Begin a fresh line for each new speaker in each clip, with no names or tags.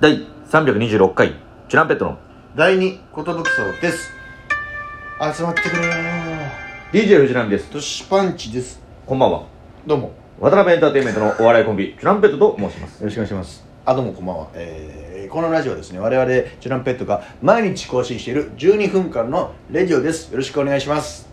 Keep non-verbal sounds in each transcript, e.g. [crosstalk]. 第326回チュランペットの
第二ことぶきそうです集まってくれー
DJ 藤波です
トシパンチです
こんばんは
どうもよ
渡辺エンターテインメントのお笑いコンビチュランペットと申します
ろしくお願いしますあどうもこんばんは、えー、このラジオはですね我々チュランペットが毎日更新している12分間のレジオですよろしくお願いします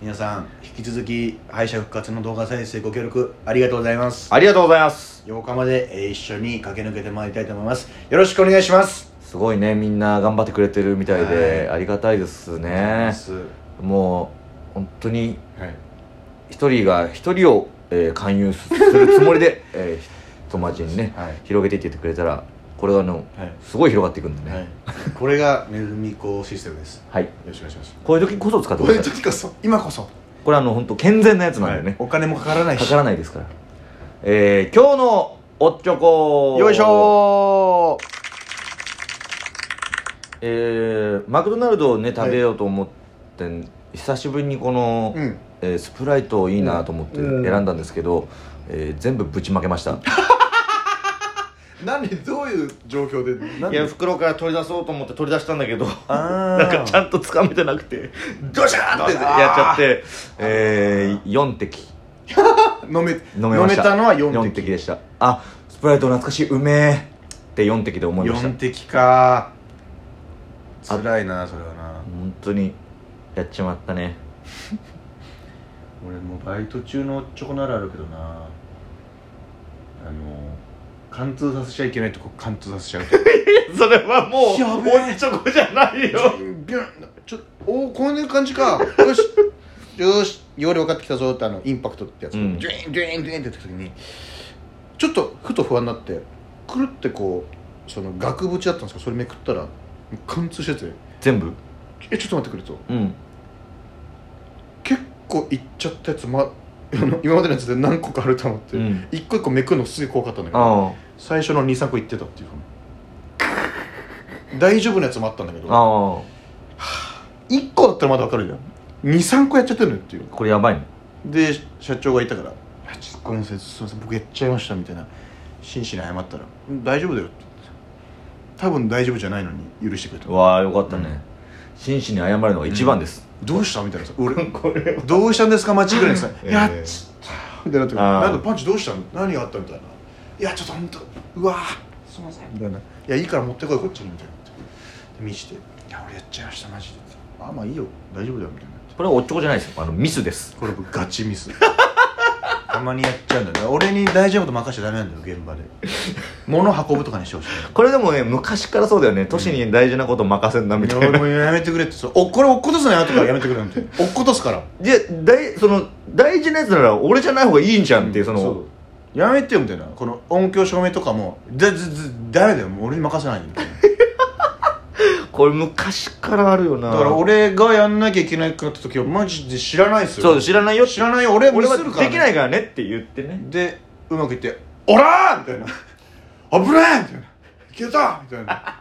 皆さん引き続き敗者復活の動画再生ご協力ありがとうございます
ありがとうございます
8日まで、えー一緒に駆け抜けてまいりたいと思いますよろしくお願いします
すごいねみんな頑張ってくれてるみたいで、
はい
ありがたいですね
は
もう本当に
い
一人が一人を、えー勧誘するつもり [laughs] で、えー友達にね、
はい
広げていってくれたらこれがあの、
はい
すごい広がっていくんでね
はい、これがネズミ子システムですよ
はい、
ろしくお願いします
こういう時こそ使って
こ
く
うい
だ
う
さい
時こそ今こそ
これあの本当健全なやつなんだよね、
お金もかからないし
かからないですからえー、今日のおっちょこ
よいしょ
えー、マクドナルドをね食べようと思って、久しぶりにこの、
ーうん
えースプライトいいなと思って
うん
選んだんですけど、えー全部ぶちまけました
なんでどういう状況でなん
い
で
や袋から取り出そうと思って取り出したんだけど [laughs]
あー
なんかちゃんとつかめてなくてドシャーってやっちゃって、えー、4滴
飲め
飲めました
のは4
4
滴
滴でしたあスプライト懐かしいうめえって4滴で思いました
4滴か
あ
辛いなそれはな
本当にやっちまったね
俺もうバイト中のチョコならあるけどなあの貫通させちゃいけないとこ貫通させちゃう
[laughs] それはもう
やべえ
おっちょこじゃないよ
ビュンちょおおこういう感じかよしよしより分かってきたぞってあのインパクトってやつ、
うん
ジュインジュインジュインってやった時にちょっとふと不安になってくるってこうその額縁だったんですけどそれめくったら貫通してて
全部
えちょっと待ってくれと
うん
結構いっちゃったやつ、ま、あの今までのやつで何個かあると思って、
うん
一個一個めくるのすげえ怖かったんだけ
あ
ど最初の23個いってたっていう大丈夫なやつもあったんだけ
あ
ど
ああ
1個だったらまだ分かるじゃん23個やっちゃってるのよっていう
これやばいね
で社長がいたから「あちょっとごめんなさいすいません僕やっちゃいました」みたいな真摯に謝ったら「うん大丈夫だよ」って多分大丈夫じゃないのに許してくれた
うわあよかったね、真摯に謝るのが一番です、
どうしたみたいなさ俺
これ
どうしたんですか間違いないさ「
[laughs] ええ
やっちゃった」みたいなって
あー
なんかパンチどうしたの何があった?」みたいな「いやちょっと本当うわーすいません」みたいな「いやいいから持ってこいこっちに」みたいなで見して「いや俺やっちゃいましたマジで」あまあいいよ大丈夫だよ」みたいな
これはおっちょこじゃないですよあのミスです
これ僕ガチミスたまにやっちゃうんだよ俺に大事なこと任せちゃダメなんだよ現
[laughs]
場で物運ぶとかにしてほしい
これでもね昔からそうだよね都市に大事なこと任せんなみたいな、
俺もうやめてくれってそうおこれ落っことすなよとかやめてくれなんて落っことすから
じゃ大その大事なやつなら俺じゃない方がいいんじゃんっていうその、
うやめてよみたいなこの音響照明とかもだだだ誰だよもう俺に任せないでみたいな
これ昔からあるよな
だから俺がやんなきゃいけなくなった時はマジで知らないですよ
そう知らないよ
知らないよ俺はミ
俺は
スるから、
できないからねって言ってね
でうまくいって「オラー!」みたいな「危ねえ!」みたいな「いけた!」みたいな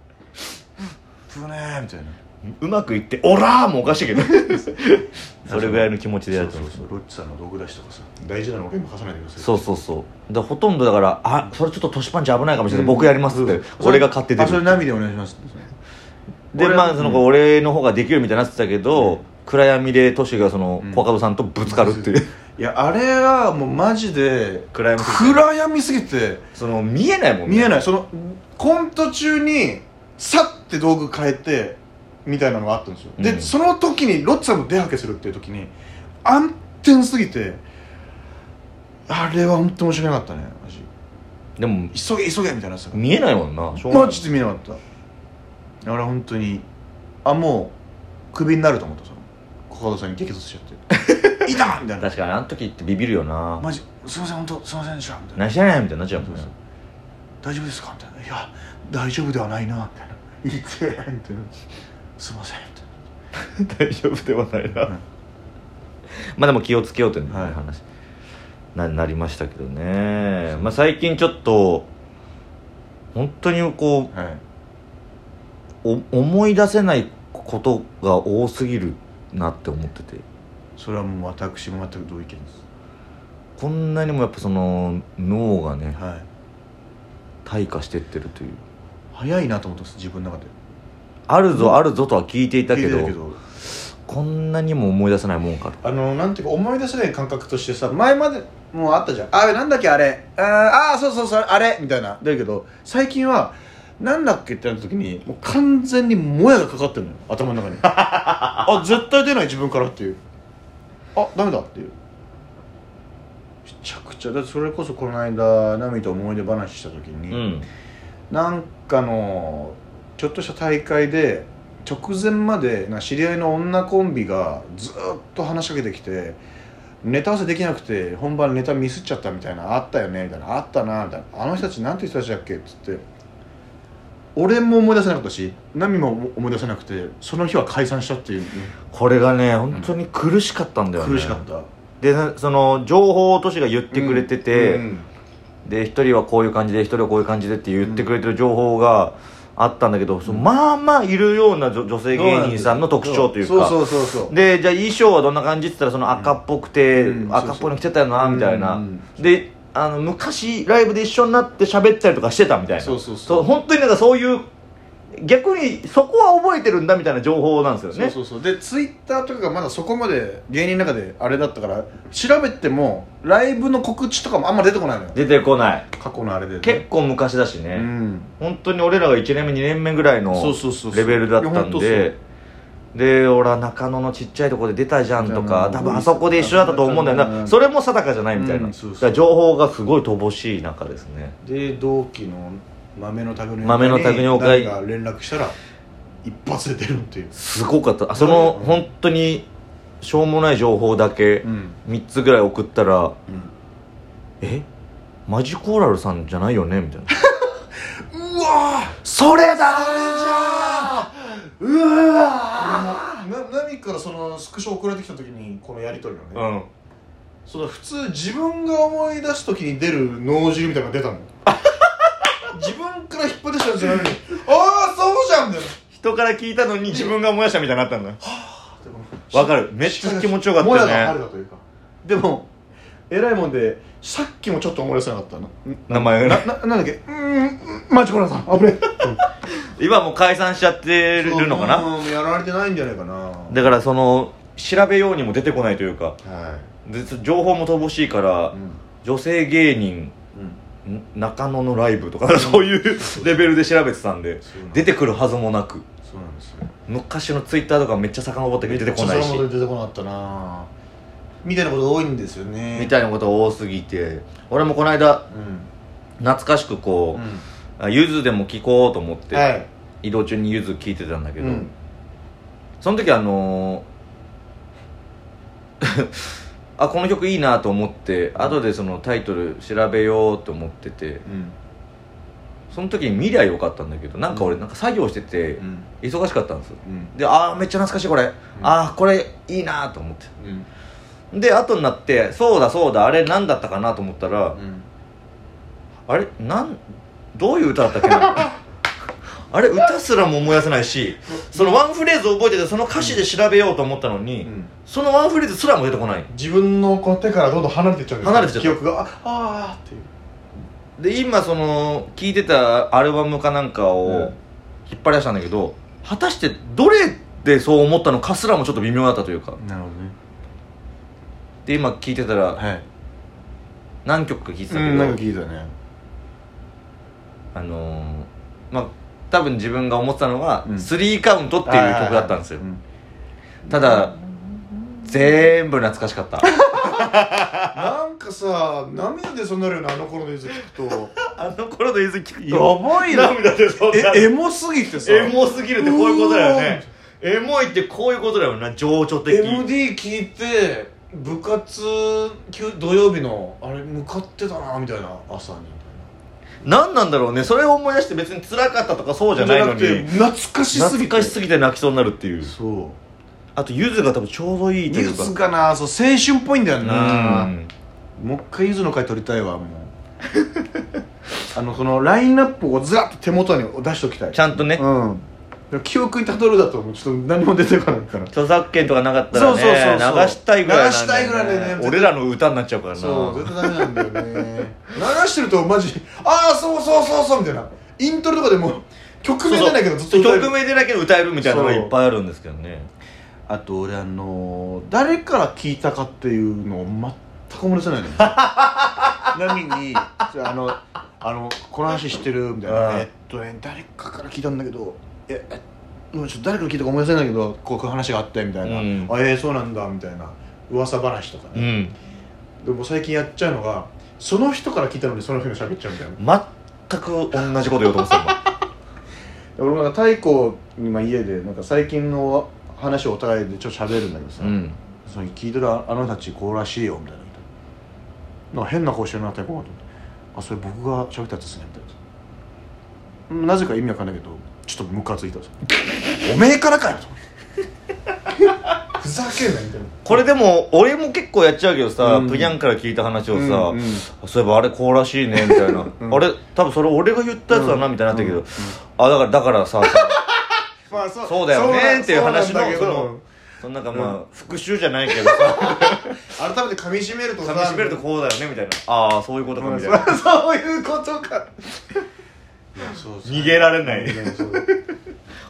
「危ねえ!」みたいな
うまくいって「オラー!」もおかしいけど [laughs] それぐらいの気持ちでやると
そうそうそうロッチさんの道具出しとかさ大事なの俺に任さないでください
そううそうそうだからほとんどだから「あそれちょっと年パンチ危ないかもしれない、僕やります」って
それ
俺が買って出
あそれ
る
ナビでお願いします
で
俺
まあその子、
うん
俺の方ができるみたいになってたけど、暗闇でトシがその
うん
コカドさんとぶつかるっていう、
いやあれはもうマジで
暗闇すぎて
暗闇すぎて
[laughs] その見えないもんね
見え
い
ないそのコント中にさって道具変えてみたいなのがあったんですよ、
うん
でその時にロッツさんの出はけするっていう時に暗転すぎてあれは本当申し訳なかったねマジ
でも
急げ急げみたいなさ
見えないもんなしょうがない
マジで見えなかったあれ本当にあもうクビになると思ったその小田さんに激突しちゃ
[laughs]
って「いた!」みたいな
確かにあの時ってビビるよな
「マジすいません本当すいませんでした」みたいな
何してないみたいになっちゃうもんね
そうそう大丈夫ですか?」みたいな「いや大丈夫ではないな」みたいな「いて」みたいな「すいません」みたい
[laughs] 大丈夫ではないな、
うん
まあでも気をつけようという
はい
話、ななりましたけどね、まあ、最近ちょっと本当にこ
[laughs] な、はいう
お思い出せないことが多すぎるなって思ってて
それはもう私も全く同意見です
こんなにもやっぱその脳がね
はい
退化してってるという
早いなと思ったんです自分の中で
あるぞあるぞとは聞いていたけ
聞いて
ど
たけど
こんなにも思い出せないもんかと
あのなんていうか思い出せない感覚としてさ前までもうあったじゃんあれなんだっけあれあーあーそうそうそうあれみたいなだけど最近はなんだっけってなった時にもう完全にもやがかかってるのよ頭
[laughs]
の中にあ絶対出ない自分からっていうあダメだっていうめちゃくちゃだってそれこそこの間ナミと思い出話した時に、
うん
なんかのちょっとした大会で直前までな知り合いの女コンビがずっと話しかけてきてネタ合わせできなくて本番ネタミスっちゃったみたいなあったよねみたいなあったなみたいなあの人たちなんて人たちだっけっつって俺も思い出せなかったしナミも思い出せなくてその日は解散したっていう、
これがね本当に苦しかったんだよね
苦しかった
でなその情報を都市が言ってくれてて、
うん
で一人はこういう感じで一人はこういう感じでって言ってくれてる情報があったんだけど、そのまあまあいるような女女性芸人さんの特徴というか
そうそうそうそう
でじゃあ衣装はどんな感じって言ったらその赤っぽくて、
うん
赤っぽいの着てたよな
そうそう
みたいな、
うん
であの昔ライブで一緒になって喋ったりとかしてたみたいな
そうそうそう
本当になんかそういう逆にそこは覚えてるんだみたいな情報なんですよね
そうそうそうでツイッターとかがまだそこまで芸人の中であれだったから調べてもライブの告知とかもあんま出てこないのよ
出てこない
過去のあれでね、
結構昔だし
う
ね、
ん
本当に俺らが1年目2年目ぐらいの
そうそうそうそう
レベルだった
いや
ん
本当そう
でで俺は中野のちっちゃいとこで出たじゃんとか
じゃ
多
あ
分あそこで一緒だったと思うんだよ
う
なんそれも定かじゃないみたいな、
うんそうそう
だから情報がすごい乏しい中ですね
で同期の豆のタグの
豆のタグの妖怪
が連絡したら一発で出るっていう、
すごかったあその
うん
本当にしょうもない情報だけ
うん
3つぐらい送ったら
うん
「えマジコーラルさんじゃないよね?」みたいな
うわー
「それだー!」
うわーなナミからそのスクショ送られてきた時にこのやり取りのね、
うん
その普通自分が思い出す時に出る脳汁みたいなのが出
[laughs]
たの自分から引っ張ってきたんじゃないのにああそうじゃんだよ
人から聞いたのに自分が燃やしたみたいになったんだわかるめっちゃ気持ちよかった
も
よね
やが晴れたというかでもえらいもんでさっきもちょっと思い出せなかったな
名前が
なななんだっけうーんマジコラさん危ね
今もう解散しちゃって
え
るのかな
うんやられてないんじゃないかなは
だからその調べようにも出てこないというかで情報も乏しいから、
い、うん
女性芸人
うん、
ん中野のライブとかそういう [laughs] レベルで調べてたんで
そうなん
出てくるはずもなく
そうなんですよ
昔のツイッターとかめっちゃ遡って出てこないし
めっちゃそのことで出てこなかったなみたいなこと多いんですよね
みたいなこと多すぎて俺もこの間
うん
懐かしくこ
うん
うあゆず、でも聞こうと思って、
はい
移動中にゆず聞いてたんだけど、
うん
その時あのー [laughs] あこの曲いいなと思って後でそのタイトル調べようと思ってて
うん
その時に見りゃよかったんだけどなんか俺なんか作業してて
うん
忙しかったんですよ
うん
でああめっちゃ懐かしいこれ、ああこれいいなと思って
うん
で後になってそうだそうだあれ何だったかなと思ったら、あれなんどういう歌だったっけ
[laughs]
なあれ歌すらも思い出せないしそのワンフレーズ覚えててその歌詞で調べようと思ったのに、
うん
そのワンフレーズすらも出てこない
自分のこの手からどんどん離れていっちゃうんですよ
離れてっちゃう
記憶がああーっていう
で今その聴いてたアルバムかなんか
うん
を引っ張り出したんだけど、果たしてどれでそう思ったのかすらもちょっと微妙だったというか
なるほどね
で今聴いてたら
はい
何曲か聴いてたけど、
なんか聞いたね
あのーまあ多分自分が思ってたのが「
うん
スリーカウント」っていう曲だったんですよ、
はいはいはい
ただ全部懐かしかった
うんなんかさ涙出そうになるよねあの頃のゆず聞くと
[laughs] あの頃のゆず聴く
ば
涙出そうになる
えエモすぎてさ
エモすぎるってこういうことだよねエモいってこういうことだよな情緒的
MD 聞いて部活休土曜日のあれ向かってたなみたいな朝に
何なんだろうねそれを思い出して別に辛かったとかそうじゃないの
じゃなく
に
て懐かしす
懐
ぎて
かしすぎて泣きそうになるっていう
そう
あとゆずが多分ちょうどいいとい
ゆ
うか
ずかなそう青春っぽいんだよな
うん
もう一回ゆずの回撮りたいわもう [laughs] あのこのラインナップをずらっと手元に出しときたい
ちゃんとね
うんでも記憶にたどるだともうちょっと何も出てこないから
著作権とかなかったらね
そうそうそうそう
流したいぐらいなんだよ、
流したいぐらいだよね
俺らの歌になっちゃうからな
そう絶対ダメなんだよね [laughs] 流してるとマジああそうそうそうそうみたいなイントロとかでも曲名出ないけどずっと歌える
曲名でだけ歌えるみたいなのがいっぱいあるんですけどね
あと俺あのー誰から聞いたかっていうのを全く思い出せない
[laughs]
のよちなみにそれあのあのこの話してるみたい
うん
なえっとね誰かから聞いたんだけどええうんちょっと誰から聞いたか思い出せないんだけどこういう話があってみたいな、
うん
あええそうなんだみたいな噂話とか
う
ね、
ん
でも最近やっちゃうのがその人から聞いたのにその人に喋っちゃうみたいな
全く同じこと言おうと思ってた今
俺もなんか太鼓今家でなんか最近の話をお互いでちょっと喋るんだけどさ、
うん
その聞いてるああなたたちこうらしいよみたいななんか変な顔してるなってこうと思ってあそれ僕が喋ったやつですねみたいななぜか意味わかんないけどちょっとムカついた
[laughs]
んですよおめえからかよと思ってふざけんなみたいな
これでも俺も結構やっちゃうけどさ、
うん
プギャンから聞いた話をさ、
うんうん
そういえばあれこうらしいねみたいな、
うん
あれ多分それ俺が言ったやつだな、
うん
みたいになったけど、
うんうん
あだからだから
[laughs]
さ
まあそ
そうだよねっていう話の
そうなんだ
そ
け
の
ど
そのなんかまあ、復讐じゃないけど
[laughs]
さ
改めて噛み締めると
噛みしめるとこうだよねみたいなああそういうことかみたいな、
うんそう [laughs] そういうことかそうそう
逃げられない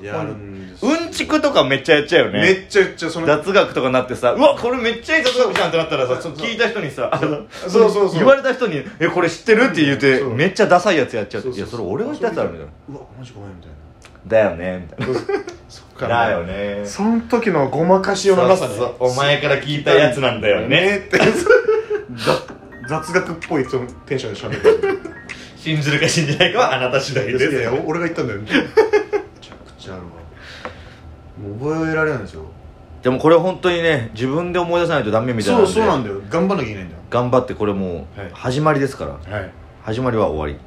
やるんですよ
うんちくとかめっちゃやっちゃうよね
めっちゃめっちゃその
雑学とかになってさうわこれめっちゃいい雑学じゃんってなったらさちょっと聞いた人にさ
そうそうそうそう
言われた人に「えこれ知ってる?」って言って
そう
めっちゃダサいやつやっちゃういやそれ俺が
が
言ったやつあるみたいな
うわマジごめんみたいな
「だよね」みたいな
[laughs] そっ
「だよね」
その時のごまかしようのなさで
そうそうお前から聞いたやつなんだよね
って雑学っぽいそのテンションでしゃべる
信じるか信じ [laughs] ないかはあなた次第です
いや俺が言ったんだよめちゃくちゃあるわもう覚えられないんですよ
でもこれ本当にね自分で思い出さないとダメみたいな
そうそうなん
で
だよ頑張んなきゃいけないんだよ
頑張ってこれも
はいう
始まりですから
はい
始まりは終わり